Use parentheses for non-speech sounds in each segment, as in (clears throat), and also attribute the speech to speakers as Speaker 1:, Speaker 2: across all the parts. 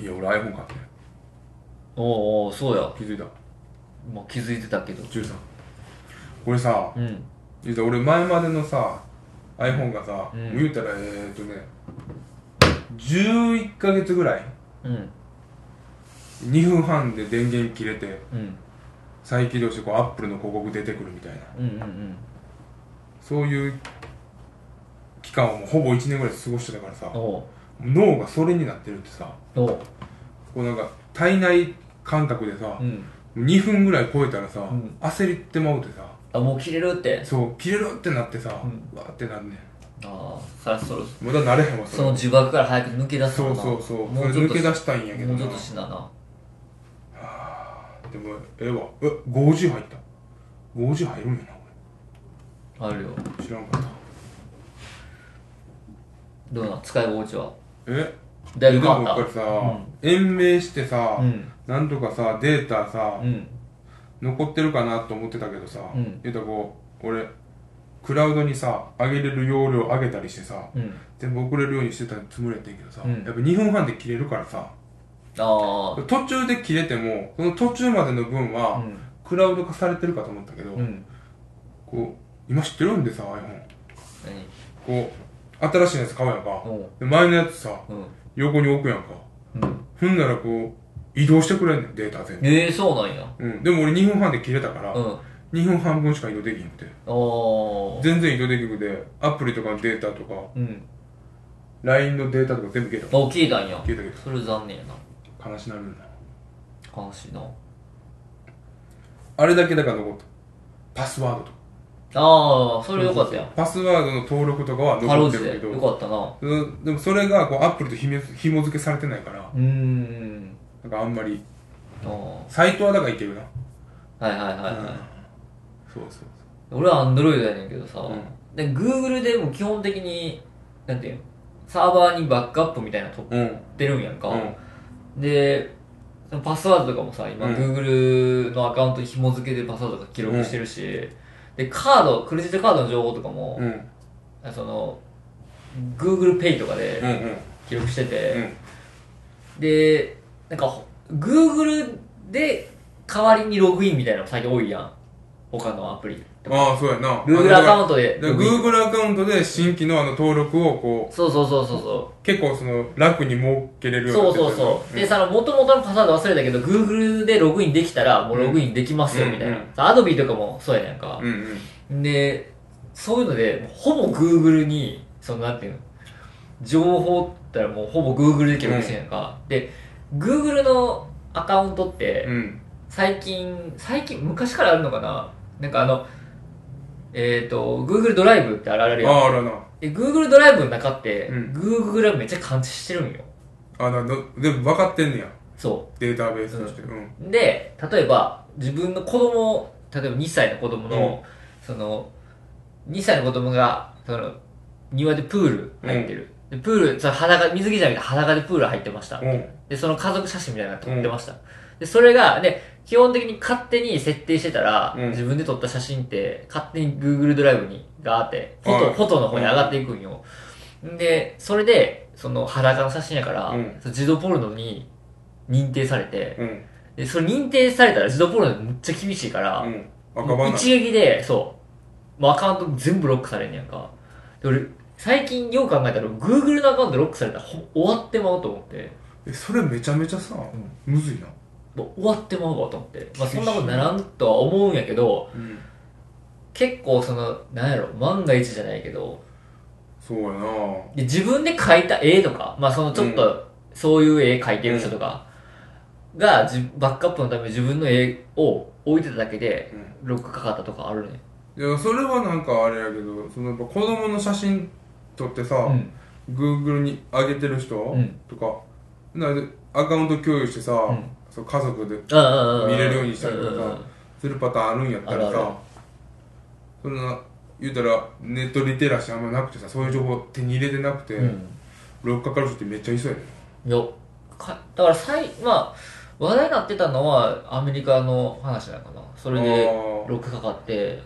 Speaker 1: いや俺 iPhone 買ってない
Speaker 2: おうおうそうや
Speaker 1: 気づいた
Speaker 2: もう気づいてたけど
Speaker 1: 13俺さ
Speaker 2: うん
Speaker 1: 言うたら俺前までのさ iPhone がさ、
Speaker 2: うん
Speaker 1: もう言うたらえーっとね11ヶ月ぐらい
Speaker 2: うん
Speaker 1: 2分半で電源切れて
Speaker 2: うん
Speaker 1: 再起動してこうアップルの広告出てくるみたいな
Speaker 2: うんうんうん
Speaker 1: そういう期間をもうほぼ1年ぐらい過ごしてたからさ
Speaker 2: おう
Speaker 1: 脳がそれになってるってさ
Speaker 2: おう
Speaker 1: こうなんか体内感覚でさ
Speaker 2: う、ん
Speaker 1: 2分ぐらい超えたらさ、
Speaker 2: ん
Speaker 1: 焦りってまうてさ
Speaker 2: あもう切れるって
Speaker 1: そう切れるってなってさ、
Speaker 2: うん
Speaker 1: わーってなんね
Speaker 2: ああそらそろ
Speaker 1: んまだ慣れへんわ
Speaker 2: その呪縛から早く抜け出す
Speaker 1: そ
Speaker 2: の
Speaker 1: う
Speaker 2: な
Speaker 1: そうそう
Speaker 2: もう
Speaker 1: そ
Speaker 2: ち
Speaker 1: れ
Speaker 2: ょ
Speaker 1: 抜
Speaker 2: っと
Speaker 1: け出したいんやけど
Speaker 2: もう
Speaker 1: な
Speaker 2: ちょっと
Speaker 1: で
Speaker 2: しなな
Speaker 1: もええわえ50入った50入るんやな
Speaker 2: あるよ
Speaker 1: 俺知らんかった
Speaker 2: どうなん使い心地は
Speaker 1: え
Speaker 2: だいぶ変わ
Speaker 1: でも
Speaker 2: っ
Speaker 1: これさ、
Speaker 2: う
Speaker 1: 延命してさ
Speaker 2: た、うん
Speaker 1: なんとかさデータさ、
Speaker 2: うん
Speaker 1: 残ってるかなと思ってたけどさ、
Speaker 2: うん
Speaker 1: 言うたらこう俺クラウドにさ上げれる容量上げたりしてさ
Speaker 2: うん
Speaker 1: 全部送れるようにしてたつもりやったんやけどさ、
Speaker 2: うん
Speaker 1: やっぱ2分半で切れるからさ
Speaker 2: あ
Speaker 1: 途中で切れてもその途中までの分
Speaker 2: あう
Speaker 1: は
Speaker 2: ん
Speaker 1: クラウド化されてるかと思ったけど、
Speaker 2: うん
Speaker 1: こう今知ってるんでさ iPhone
Speaker 2: 何
Speaker 1: こう新しいやつ買うやんか、
Speaker 2: おう
Speaker 1: で前のやつさ
Speaker 2: うん
Speaker 1: 横に置くやんか
Speaker 2: うん
Speaker 1: ふんならこう移動してくれんねんデータ全部、
Speaker 2: ええそうなんや
Speaker 1: うん、でも俺2分半で切れたから、
Speaker 2: うん
Speaker 1: 2分半分しか移動できへんくて
Speaker 2: おー
Speaker 1: 全然移動できなくてアプリとかのデータとか
Speaker 2: うん
Speaker 1: LINE のデータとか全部消えた
Speaker 2: お消えたんや
Speaker 1: 消えたけど
Speaker 2: それ残念やな
Speaker 1: 悲しなるんだ
Speaker 2: 悲しいな
Speaker 1: あれだけだから残ったパスワードとか
Speaker 2: ああそれよかったやん
Speaker 1: パスワードの登録とかは
Speaker 2: か
Speaker 1: 残
Speaker 2: ろう
Speaker 1: って
Speaker 2: じ
Speaker 1: るけ
Speaker 2: て
Speaker 1: ど
Speaker 2: よかったな
Speaker 1: うんでもそれがこうアップルとひめ紐付けされてないから
Speaker 2: うーん
Speaker 1: なんかあんまり
Speaker 2: ああ
Speaker 1: サイトはだからいけるな、
Speaker 2: はいはいはい
Speaker 1: うん
Speaker 2: はい
Speaker 1: そうそうそう
Speaker 2: 俺はアンドロイドやねんけどさ、
Speaker 1: う
Speaker 2: で Google でも基本的になんていうのサーバーにバックアップみたいなの取
Speaker 1: うん
Speaker 2: ってるんやんか、
Speaker 1: うん
Speaker 2: でそのパスワードとかもさ今、
Speaker 1: うん
Speaker 2: Google のアカウントに紐付けでパスワードとか記録してるし、でカードクレジットカードの情報とかも
Speaker 1: う、ん
Speaker 2: その GooglePay とかで
Speaker 1: うんうん
Speaker 2: 記録してて、
Speaker 1: うん
Speaker 2: でなんか Google で代わりにログインみたいなの最近多いやん他のアプリとか
Speaker 1: ああそうやな
Speaker 2: Google アカウント
Speaker 1: だ
Speaker 2: で
Speaker 1: から
Speaker 2: ログイン
Speaker 1: Google アカウントで新規のあの登録をこ
Speaker 2: そうそうそうそうそう
Speaker 1: う結構その楽に設けれる
Speaker 2: う
Speaker 1: よう
Speaker 2: そう
Speaker 1: になっ
Speaker 2: そう
Speaker 1: てた
Speaker 2: そう、
Speaker 1: よ
Speaker 2: でその元々のパスワード忘れたけど Google でログインできたらもうログインできますよ
Speaker 1: うん
Speaker 2: みたいな、
Speaker 1: うんうん
Speaker 2: アドビーとかもそうやねんか
Speaker 1: う、んうん
Speaker 2: でそういうのでもうほぼ Google にそのなんていうの情報って言ったらもうほぼ Google で記録してんやんか、で Google のアカウントって、
Speaker 1: うん
Speaker 2: 最近最近昔からあるのかななんかあのえっ、と Google ドライブってあられる
Speaker 1: あ
Speaker 2: よ
Speaker 1: ああらな
Speaker 2: で Google ドライブの中って、
Speaker 1: うん
Speaker 2: Google はめっちゃ感知してるんよ
Speaker 1: あなのでも分かってんねや
Speaker 2: そ
Speaker 1: データベースとしてうん
Speaker 2: うで例えば自分の子供例えば2歳の子供の、その2歳の子供がその庭でプール入ってる、でプールその裸水着じゃなくて裸でプール入ってました、
Speaker 1: うん
Speaker 2: で、その家族写真みたいなの撮ってました。で、それが、ね、基本的に勝手に設定してたら、
Speaker 1: うん
Speaker 2: 自分で撮った写真って、勝手に Google ドライブに、ガーって、フォ
Speaker 1: は
Speaker 2: ト、
Speaker 1: い
Speaker 2: フォトの方に上がっていくんよ。で、それで、その裸の写真やから、
Speaker 1: うん
Speaker 2: その自動ポルノに認定されて、
Speaker 1: うん
Speaker 2: で、それ認定されたら自動ポルノむっちゃ厳しいから、
Speaker 1: うん赤バナ
Speaker 2: 一撃で、そう。もうアカウント全部ロックされんねやんか。で、俺、最近よう考えたら、Google のアカウントロックされたらほ終わってまうと思って。
Speaker 1: えそれめちゃめちゃさ
Speaker 2: ん
Speaker 1: むずいな
Speaker 2: もう終わってまうわと思って、まあ、そんなことならんとは思うんやけど
Speaker 1: うん
Speaker 2: 結構そのなんやろ万が一じゃないけど
Speaker 1: そうやな
Speaker 2: で自分で描いた絵とか、まあ、そのちょっ
Speaker 1: う
Speaker 2: とそういう絵描いてる人とかが、じバックアップのために自分の絵を置いてただけで
Speaker 1: うん
Speaker 2: ロックかかったとかあるね
Speaker 1: いやそれはなんかあれやけどそのやっぱ子供の写真撮ってさ、
Speaker 2: うん
Speaker 1: Google に上げてる人、
Speaker 2: うん
Speaker 1: とかなんでアカウント共有してさ、
Speaker 2: ん
Speaker 1: そう家族で
Speaker 2: ああああああ
Speaker 1: 見れるようにしたりとか
Speaker 2: うんうんうん
Speaker 1: するパターンあるんやったら
Speaker 2: あるある
Speaker 1: さそんな言うたらネットリテラシーあんまなくてさそういう情報手に入れてなくて、
Speaker 2: うん
Speaker 1: ロッカーから人ってめっちゃいそうやね
Speaker 2: いやかだからさいまあ話題になってたのはアメリカの話なのかなそれで
Speaker 1: あー
Speaker 2: ロックかかって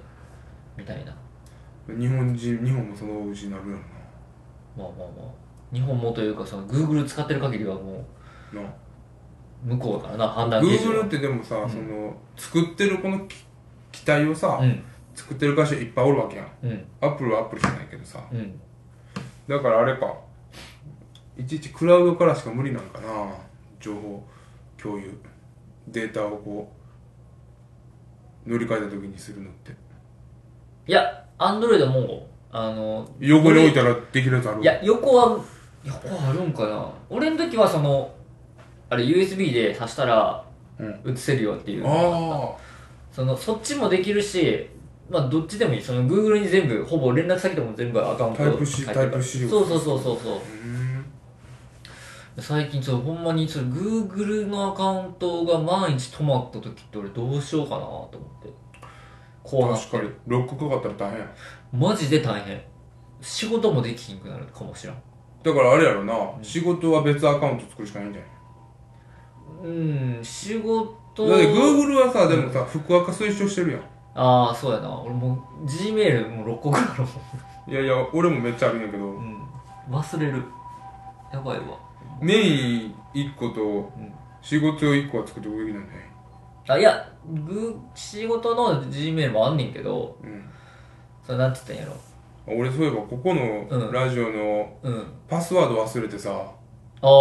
Speaker 2: みたいな
Speaker 1: 日本人日本もそのうちになるやろな
Speaker 2: まあまあまあ日本もというかその Google 使ってる限りはもう
Speaker 1: な
Speaker 2: 向こうからな、判断基準は
Speaker 1: Google ってでもさ、その作ってるこの機機体をさ、
Speaker 2: うん、
Speaker 1: 作ってる会社いっぱいおるわけやん
Speaker 2: うん、
Speaker 1: アップルはアップルじゃないけどさ
Speaker 2: うん。
Speaker 1: だからあれかいちいちクラウドからしか無理なんかな情報共有データをこう乗り換えた時にするのって
Speaker 2: いや、アンドロイドも、あの、
Speaker 1: 横に置いたらできるやつある
Speaker 2: いや、横は、横あるんかな俺の時はその、あれ USB で挿したら
Speaker 1: うん
Speaker 2: 映せるよっていうのがあっ
Speaker 1: あ
Speaker 2: た。その、そっちもできるし、まあどっちでもいい。その Google に全部、ほぼ連絡先とかも全部アカウント
Speaker 1: タイプ C
Speaker 2: 書いてる
Speaker 1: タイプ C を
Speaker 2: そうそうそうそうそう
Speaker 1: あ。うーん
Speaker 2: 最近ちょっとほんまにその Google のアカウントが万一止まった時って俺どうしようかなと思って怖なっ
Speaker 1: 確
Speaker 2: て
Speaker 1: かに
Speaker 2: る
Speaker 1: ロックかかったら大変や
Speaker 2: マジで大変仕事もできひんくなるかもしらん
Speaker 1: だからあれやろな、仕事は別アカウント作るしかないんじゃない
Speaker 2: うん仕事
Speaker 1: だって Google はさでもさ福アカ推奨してるやん
Speaker 2: ああそうやな俺もう Gmail もう6個ぐらいある
Speaker 1: いやいや俺もめっちゃあるんやけど、
Speaker 2: もん、うん、忘れるやばいわ
Speaker 1: メイン1個と
Speaker 2: ん
Speaker 1: 仕事用1個は作っておくべきなんだよ
Speaker 2: あいや、ぐ仕事の Gmail もあんねんけど、
Speaker 1: うん
Speaker 2: それなんて言ったんや
Speaker 1: 俺そういえばここのラジオの
Speaker 2: ろ。うん。
Speaker 1: パスワード忘れてさ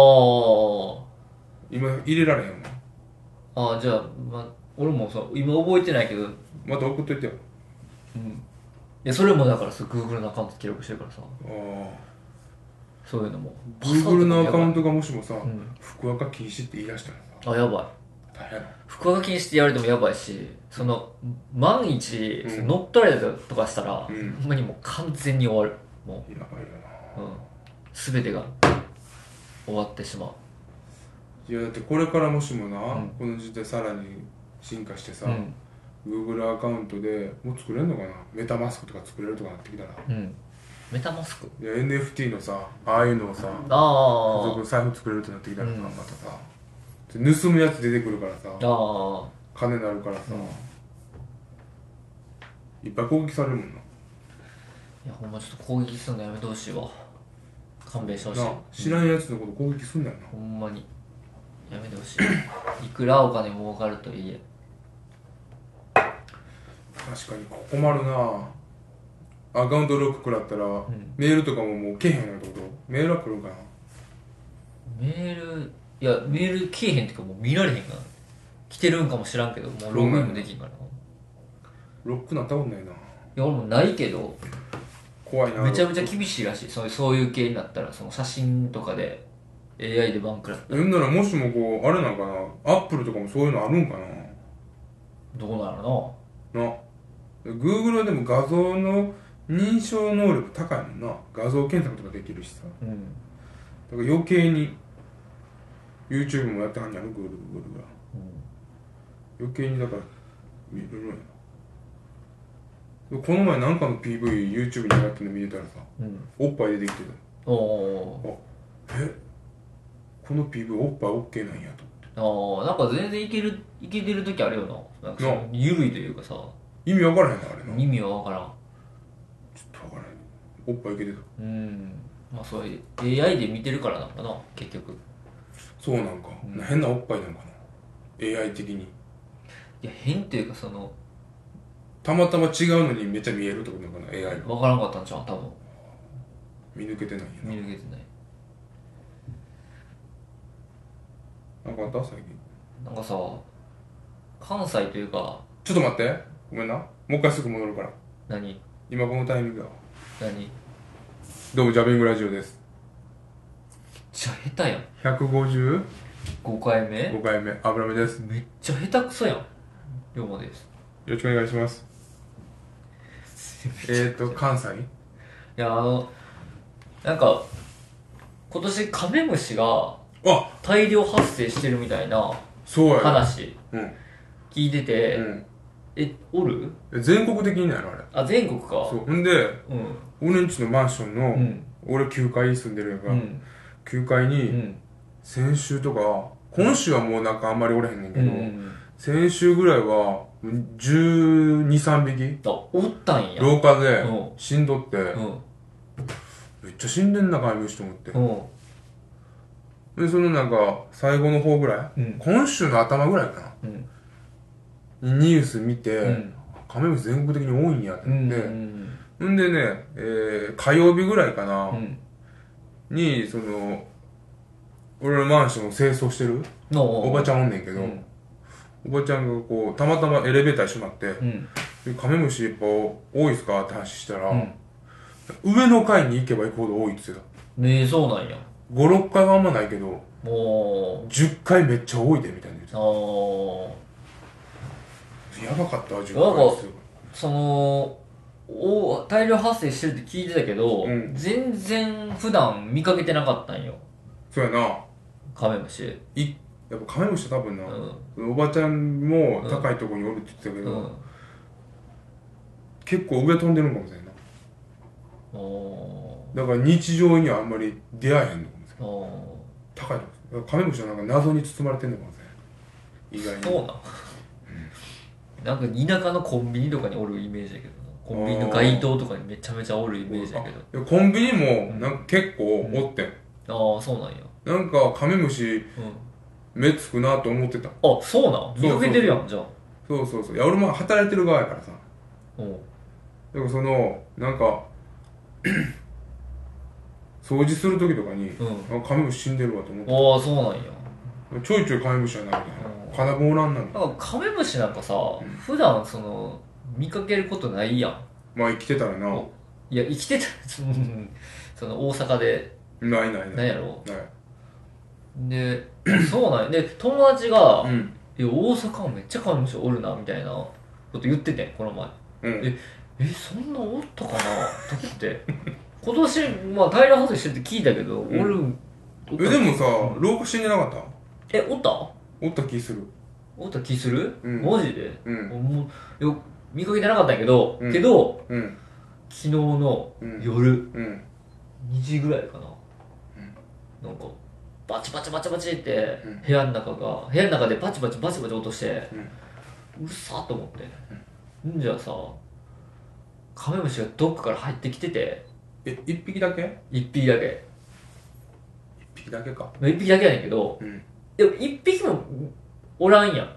Speaker 2: ああ、
Speaker 1: 今入れられへんもん
Speaker 2: ああじゃあ、ま、俺もさ今覚えてないけど、うん、い
Speaker 1: また送っといてよ
Speaker 2: やそれもだからさ Google のアカウント記録してるからさ
Speaker 1: ああ
Speaker 2: そういうのも
Speaker 1: Google のアカウン
Speaker 2: ト
Speaker 1: トがもしもさ
Speaker 2: ん
Speaker 1: 福岡禁止って言い出したらさ
Speaker 2: あやばい
Speaker 1: 大変やな
Speaker 2: 福岡禁止って言われてもやばいしその万一
Speaker 1: うん
Speaker 2: 乗っ取られたとかしたら、
Speaker 1: うん
Speaker 2: ほんまにもう完全に終わるも
Speaker 1: やばいよ
Speaker 2: う、うん、全てが終わってしまう
Speaker 1: ないやだってこれからもしもな、
Speaker 2: うん
Speaker 1: この時代さらに進化してさ、
Speaker 2: うん
Speaker 1: Google アカウントでもう作れんのかなメタマスクとか作れるとかなってきたら
Speaker 2: うんメタマスク
Speaker 1: いや NFT のさああいうのをさ家
Speaker 2: あ
Speaker 1: 族の財布作れるってなってきたらさ、
Speaker 2: うん
Speaker 1: またさ盗むやつ出てくるからさ
Speaker 2: あああ
Speaker 1: 金になるからさ、いっぱい攻撃されるもんない
Speaker 2: やほんまちょっと攻撃するのやめてほしいわ勘弁してほしい
Speaker 1: なあ知らんやつのこと攻撃すんなよな、
Speaker 2: ほんまにやめてほしいいくらお金儲かるといえ
Speaker 1: 確かに困るなアカウントロック食らったら、
Speaker 2: ん
Speaker 1: メールとかももうけへんようなってことメールは来るんかな
Speaker 2: メールいやメール来えへんっていうかもう見られへんから来てるんかも知らんけどもうログインもできんからない
Speaker 1: ロックなったことないな
Speaker 2: や俺もないけど
Speaker 1: 怖いな
Speaker 2: めちゃめちゃ厳しいらしいそういうそういう系になったらその写真とかで AI でバンクラった
Speaker 1: なんならもしもこうあれなんかなアップルとかもそういうのあるんか
Speaker 2: どうなるの
Speaker 1: なな Google はでも画像の認証能力高いもんな画像検索とかできるしさ
Speaker 2: うん
Speaker 1: だから余計に YouTube もやってはんやろ Google, Google が余計にだからいろいろやなこの前なんかの PVYouTube に上がってるの見てたらさ
Speaker 2: うんうん
Speaker 1: おっぱい出てきて
Speaker 2: おお
Speaker 1: たえこの PV おっぱい OK なんやと
Speaker 2: ああなんか全然いけるいけてる時あるよななんかそ
Speaker 1: な
Speaker 2: の緩いというかさ
Speaker 1: 意味わからへんなあれなちょっ
Speaker 2: 耳はわからん
Speaker 1: とわからへんおっぱいいけてた
Speaker 2: うんまあそういう AI で見てるからなんかな結局
Speaker 1: そうなんか、
Speaker 2: うん
Speaker 1: 変なおっぱいなんかな AI 的に
Speaker 2: いや変というかその
Speaker 1: たまたま違うのにめっちゃ見えるってことなんかな AI が
Speaker 2: 分からんかったんちゃう多分
Speaker 1: 見抜けてないんや
Speaker 2: 見抜けてない
Speaker 1: ななんかあった最近
Speaker 2: なんかさ関西というか
Speaker 1: ちょっと待ってごめんなもう一回すぐ戻るから
Speaker 2: 何
Speaker 1: 今このタイミングだわ
Speaker 2: 何
Speaker 1: どうもジャビングラジオです
Speaker 2: じゃ下手やん
Speaker 1: 155
Speaker 2: 5回目めっ
Speaker 1: 回目油目ですよ
Speaker 2: ちゃ下手くそやん龍馬です
Speaker 1: ろしくお願いしますえーと関西
Speaker 2: いやあのなんか今年カメムシが
Speaker 1: あ
Speaker 2: 大量発生してるみたいな
Speaker 1: そうや
Speaker 2: 話
Speaker 1: うん、
Speaker 2: 聞いてて、
Speaker 1: うん
Speaker 2: えおる
Speaker 1: え、全国的になんやろあれ
Speaker 2: あ全国か
Speaker 1: そううほんで
Speaker 2: ん
Speaker 1: 俺んちのマンションの、
Speaker 2: うん
Speaker 1: 俺9階住んでるやんか、
Speaker 2: うん
Speaker 1: 9階に、
Speaker 2: うん
Speaker 1: 先週とか今週はもうなんかあんまりおれへんねんけ
Speaker 2: う
Speaker 1: ど、
Speaker 2: ん
Speaker 1: 先週ぐらいは1 2 3匹
Speaker 2: あおったんや
Speaker 1: 廊下で
Speaker 2: うん
Speaker 1: 死んどって、
Speaker 2: うん
Speaker 1: めっちゃ死んでんな飼い主と思って、
Speaker 2: うん
Speaker 1: で、そのなんか、最後の方ぐらい、
Speaker 2: うん
Speaker 1: 今週の頭ぐらいか
Speaker 2: うん。
Speaker 1: な。にニュース見て、
Speaker 2: うん
Speaker 1: カメムシ全国的に多いんやって
Speaker 2: う
Speaker 1: 思
Speaker 2: ん。
Speaker 1: って、
Speaker 2: うん。
Speaker 1: んでね、えー火曜日ぐらいかな、
Speaker 2: うん。
Speaker 1: に、その、俺のマンションを清掃してる
Speaker 2: の
Speaker 1: おばちゃんおんねんけど、
Speaker 2: うん
Speaker 1: おばちゃんがこう、たまたまエレベーター閉まって、
Speaker 2: うん。
Speaker 1: でカメムシやっぱ多いっすかって話したら、
Speaker 2: うん
Speaker 1: 上の階に行けば行くほど多いっつってた。
Speaker 2: ねえ、そうなんや。
Speaker 1: 5、6階はあんまないけど、
Speaker 2: も
Speaker 1: 10階めっちゃ多いで、みたいな言
Speaker 2: う、あー
Speaker 1: ってた。やばかったわ、10
Speaker 2: なんか
Speaker 1: 階っすよ。
Speaker 2: その、お大量発生してるって聞いてたけど、
Speaker 1: うん
Speaker 2: 全然普段見かけてなかったんよ。
Speaker 1: そうやな。
Speaker 2: カメムシ。
Speaker 1: いやっぱカメムシは多分な、
Speaker 2: うん。
Speaker 1: おばちゃんも高いとこにおるって言ってたけ
Speaker 2: う
Speaker 1: ど、
Speaker 2: ん。
Speaker 1: 結構上飛んでるんかもしれんない
Speaker 2: お
Speaker 1: だから日常にはあんまり出会えへんのかもしれん
Speaker 2: ー。お
Speaker 1: 高いとこだからカメムシはなんか謎に包まれてんのかもしれん意
Speaker 2: ー。
Speaker 1: 外
Speaker 2: そう
Speaker 1: に
Speaker 2: なん。なんか田舎のコンビニとかにおるイメージだけどな。コンビニの街灯とかにめちゃめちゃおるイメージだけど。
Speaker 1: いやコンビニもなんか結構おってん、
Speaker 2: ああー、そうなんや。
Speaker 1: なんかカメムシ
Speaker 2: うん。
Speaker 1: 目つくなと思ってた
Speaker 2: あ、そうなん見かけてるやん、じゃあ。
Speaker 1: そうそうそういや俺も働いてる側やからさ
Speaker 2: うん。
Speaker 1: だからそのなんか (clears throat) 掃除する時とかに、
Speaker 2: う
Speaker 1: あカメムシ死んでるわと思って
Speaker 2: ああ、そうなんや。
Speaker 1: ちょいちょいカメムシやなみ
Speaker 2: うん
Speaker 1: たいな金棒なんなの
Speaker 2: なんかカメムシなんかさ、普段その、見かけることないやん。
Speaker 1: まあ生きてたらな
Speaker 2: おいや、生きて (laughs) た、うんその大阪で、
Speaker 1: ないないな
Speaker 2: なん
Speaker 1: い
Speaker 2: やろ
Speaker 1: ない
Speaker 2: で、 (clears throat) あそうなんや。で、友達が、
Speaker 1: うん
Speaker 2: いや、大阪めっちゃカメムシおるな、みたいなこと言っててん、この前。
Speaker 1: うん
Speaker 2: え、そんなおったかなと
Speaker 1: (laughs)
Speaker 2: 思って。今年、まあ、大量発生してって聞いたけど、
Speaker 1: ん
Speaker 2: 俺、お
Speaker 1: え
Speaker 2: った
Speaker 1: でもさ老化死んでなかった
Speaker 2: え、おった
Speaker 1: おった気する
Speaker 2: おった気する、
Speaker 1: うん
Speaker 2: マジで、
Speaker 1: うん
Speaker 2: もうよ見かけてなかったんやけど、
Speaker 1: うん
Speaker 2: けど
Speaker 1: うん
Speaker 2: 昨日の
Speaker 1: うん
Speaker 2: 夜
Speaker 1: うん
Speaker 2: 2時ぐらいかな、なんかバチバチバチバチって
Speaker 1: うん
Speaker 2: 部屋の中が部屋の中でバチバチバチバチ落として、うるさーと思って、ん、じゃあさカメムシがどっかから入ってきてて
Speaker 1: え一匹だけ
Speaker 2: 1匹だけ
Speaker 1: 一匹だけか
Speaker 2: 1匹だけやねんけど
Speaker 1: うん
Speaker 2: でも1匹もおらんやん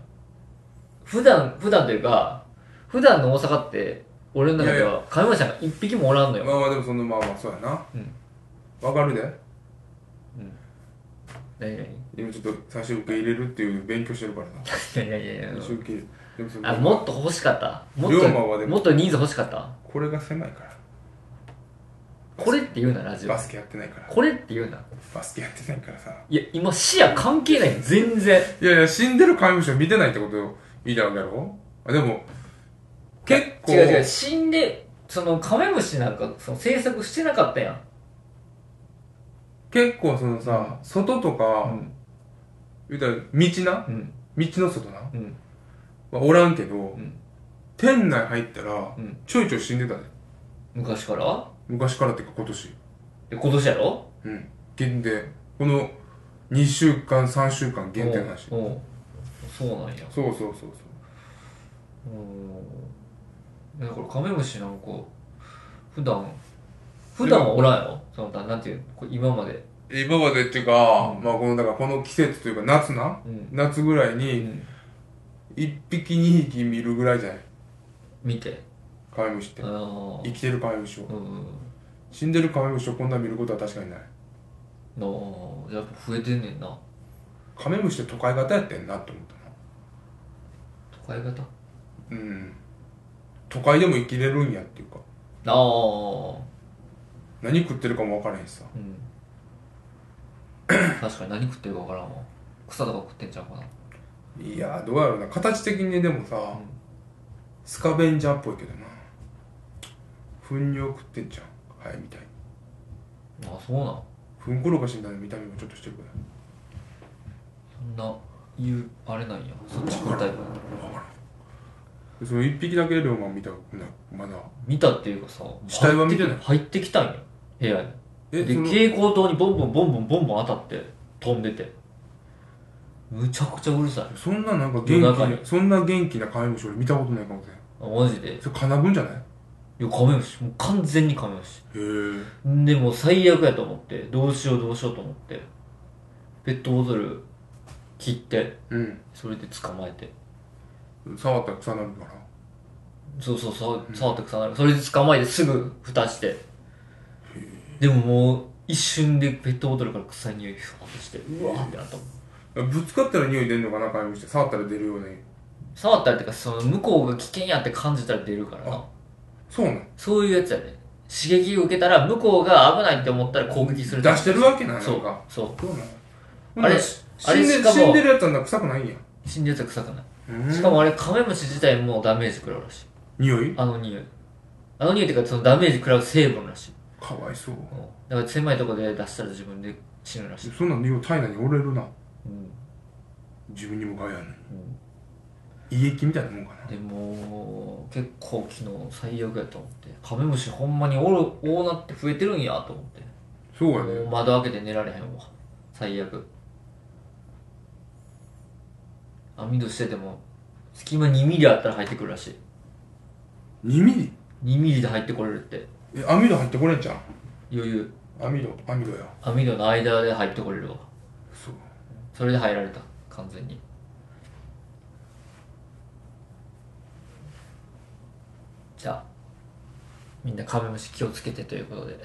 Speaker 2: 普段普段というか普段の大阪って俺の中で
Speaker 1: い
Speaker 2: はカメムシなんか1匹もおらんのよ
Speaker 1: まあまあでもそのまあまあそうやな
Speaker 2: うん
Speaker 1: わかるで
Speaker 2: 何々
Speaker 1: 今ちょっと最初受け入れるっていう勉強してるからさ
Speaker 2: いやいやいや
Speaker 1: 最初受け入れるでもそ
Speaker 2: あ
Speaker 1: の
Speaker 2: もっと欲しかったもっ
Speaker 1: 龍馬はで
Speaker 2: と
Speaker 1: も
Speaker 2: もっと人数欲しかった
Speaker 1: これが狭いから
Speaker 2: これって言うなラジオ
Speaker 1: バスケやってないから
Speaker 2: これって言うな
Speaker 1: バスケやってないからさ
Speaker 2: いや今視野関係ない全然
Speaker 1: いやいや死んでるカメムシを見てないってことを言いたいわけやろあでも結構
Speaker 2: 違う違う死んでそのカメムシなんかその制作してなかったやん
Speaker 1: 結構そのさ外と
Speaker 2: う
Speaker 1: か、
Speaker 2: ん
Speaker 1: 言うたら道な
Speaker 2: うん
Speaker 1: 道の外な、
Speaker 2: うん
Speaker 1: まあ、おらんけど、
Speaker 2: ん
Speaker 1: 店内入ったら
Speaker 2: うん
Speaker 1: ちょいちょい死んでたで
Speaker 2: 昔から
Speaker 1: 昔からっていうか今年
Speaker 2: で今年やろ
Speaker 1: うん限定この2週間3週間限定の話そう
Speaker 2: おうおうそうなんや
Speaker 1: そうそうそう
Speaker 2: うんだからカメムシなんか普段普段はおらんやろそのななんていうのこれ今まで
Speaker 1: 今までっていうか、
Speaker 2: うん
Speaker 1: まあこのだからこの季節というか夏な
Speaker 2: うん、
Speaker 1: 夏ぐらいうに
Speaker 2: ん、
Speaker 1: 1匹2匹見るぐらいじゃない
Speaker 2: 見て
Speaker 1: カメムシって
Speaker 2: ああ
Speaker 1: 生きてるカメムシを
Speaker 2: うん
Speaker 1: 死んでるカメムシをこんな見ることは確かにない
Speaker 2: のやっぱ増えてんねんな
Speaker 1: カメムシって都会型やってんなって思ったな
Speaker 2: 都会型あ
Speaker 1: うん都会でも生きれるんやっていうか
Speaker 2: あー
Speaker 1: 何食ってるかも分からへんしさ
Speaker 2: うん (coughs) 確かに何食ってるかわからんわ草とか食ってんちゃうかない
Speaker 1: やーどうやろうな形的にでもさ、
Speaker 2: ん
Speaker 1: スカベンジャーっぽいけどな糞尿食ってんじゃんはいみたい
Speaker 2: あそうなん
Speaker 1: 糞転がしみたいな見た目もちょっとしてるから
Speaker 2: そんな言うあれなんやそっち食うタイプ
Speaker 1: でその一匹だけ龍馬を見たことないまだ
Speaker 2: 見たっていうかさ
Speaker 1: 死体は見てない
Speaker 2: 入ってきたんや部屋に
Speaker 1: え
Speaker 2: で
Speaker 1: その
Speaker 2: 蛍光灯にボンボンボンボンボンボン当たって飛んでてむちゃくちゃうるさい
Speaker 1: そんななんか元気
Speaker 2: 夜中に
Speaker 1: なそんな元気なカメムシ俺見たことないかもしれん
Speaker 2: あマジでい
Speaker 1: それカナブンじゃないへ
Speaker 2: やカメムシもう完全にカメムシ
Speaker 1: え
Speaker 2: でもう最悪やと思ってどうしようどうしようと思ってペットボトル切って、
Speaker 1: うん
Speaker 2: それで捕まえて。
Speaker 1: 触ったら臭なるから
Speaker 2: そうそうそう、触って草なる。それで捕まえてすぐ蓋して。でももう、一瞬でペットボトルから臭い匂いふわっとして、うわーってなったもん。
Speaker 1: ぶつかったら匂い出んのかな買い物して触ったら出るよね
Speaker 2: 触ったりとか、その向こうが危険やって感じたら出るからな
Speaker 1: あ。そうなん
Speaker 2: そういうやつやね。刺激を受けたら、向こうが危ないって思ったら攻撃する。
Speaker 1: 出してるわけない
Speaker 2: そ
Speaker 1: の
Speaker 2: う
Speaker 1: か。
Speaker 2: そ
Speaker 1: どうなんほ
Speaker 2: あれ
Speaker 1: んならし
Speaker 2: あれ
Speaker 1: 死ん
Speaker 2: し
Speaker 1: で
Speaker 2: かも
Speaker 1: 死んでるやつはなんか臭くないんや
Speaker 2: う。死んだやつは臭くない。
Speaker 1: うん
Speaker 2: しかもあれ、カメムシ自体もダメージ食らうらしい。
Speaker 1: 匂い
Speaker 2: あの匂い。あの匂いっていうか、そのダメージ食らう成分らしい。
Speaker 1: かわいそう
Speaker 2: うんだから狭いとこで出したら自分で死ぬらしい。
Speaker 1: そんな匂い体内に折れるな
Speaker 2: うん。
Speaker 1: 自分にも害あるのに
Speaker 2: うん
Speaker 1: 胃液みたいなもんかな
Speaker 2: でも結構昨日最悪やと思ってカメムシほんまにおる多なって増えてるんやと思って
Speaker 1: そうや
Speaker 2: もう
Speaker 1: ね
Speaker 2: 窓開けて寝られへんわ最悪網戸してても隙間2ミリあったら入ってくるらしい
Speaker 1: 2ミリ
Speaker 2: 2ミリで入ってこれるって
Speaker 1: え網戸入ってこれんじゃん
Speaker 2: 余裕
Speaker 1: 網戸網戸や
Speaker 2: 網戸の間で入ってこれるわ
Speaker 1: そう
Speaker 2: それで入られた完全にじゃあみんなカメムシ気をつけてということで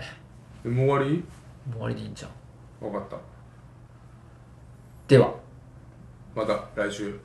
Speaker 1: でもう終わり
Speaker 2: もう終わりでいいんじゃん
Speaker 1: 分かった
Speaker 2: では
Speaker 1: また来週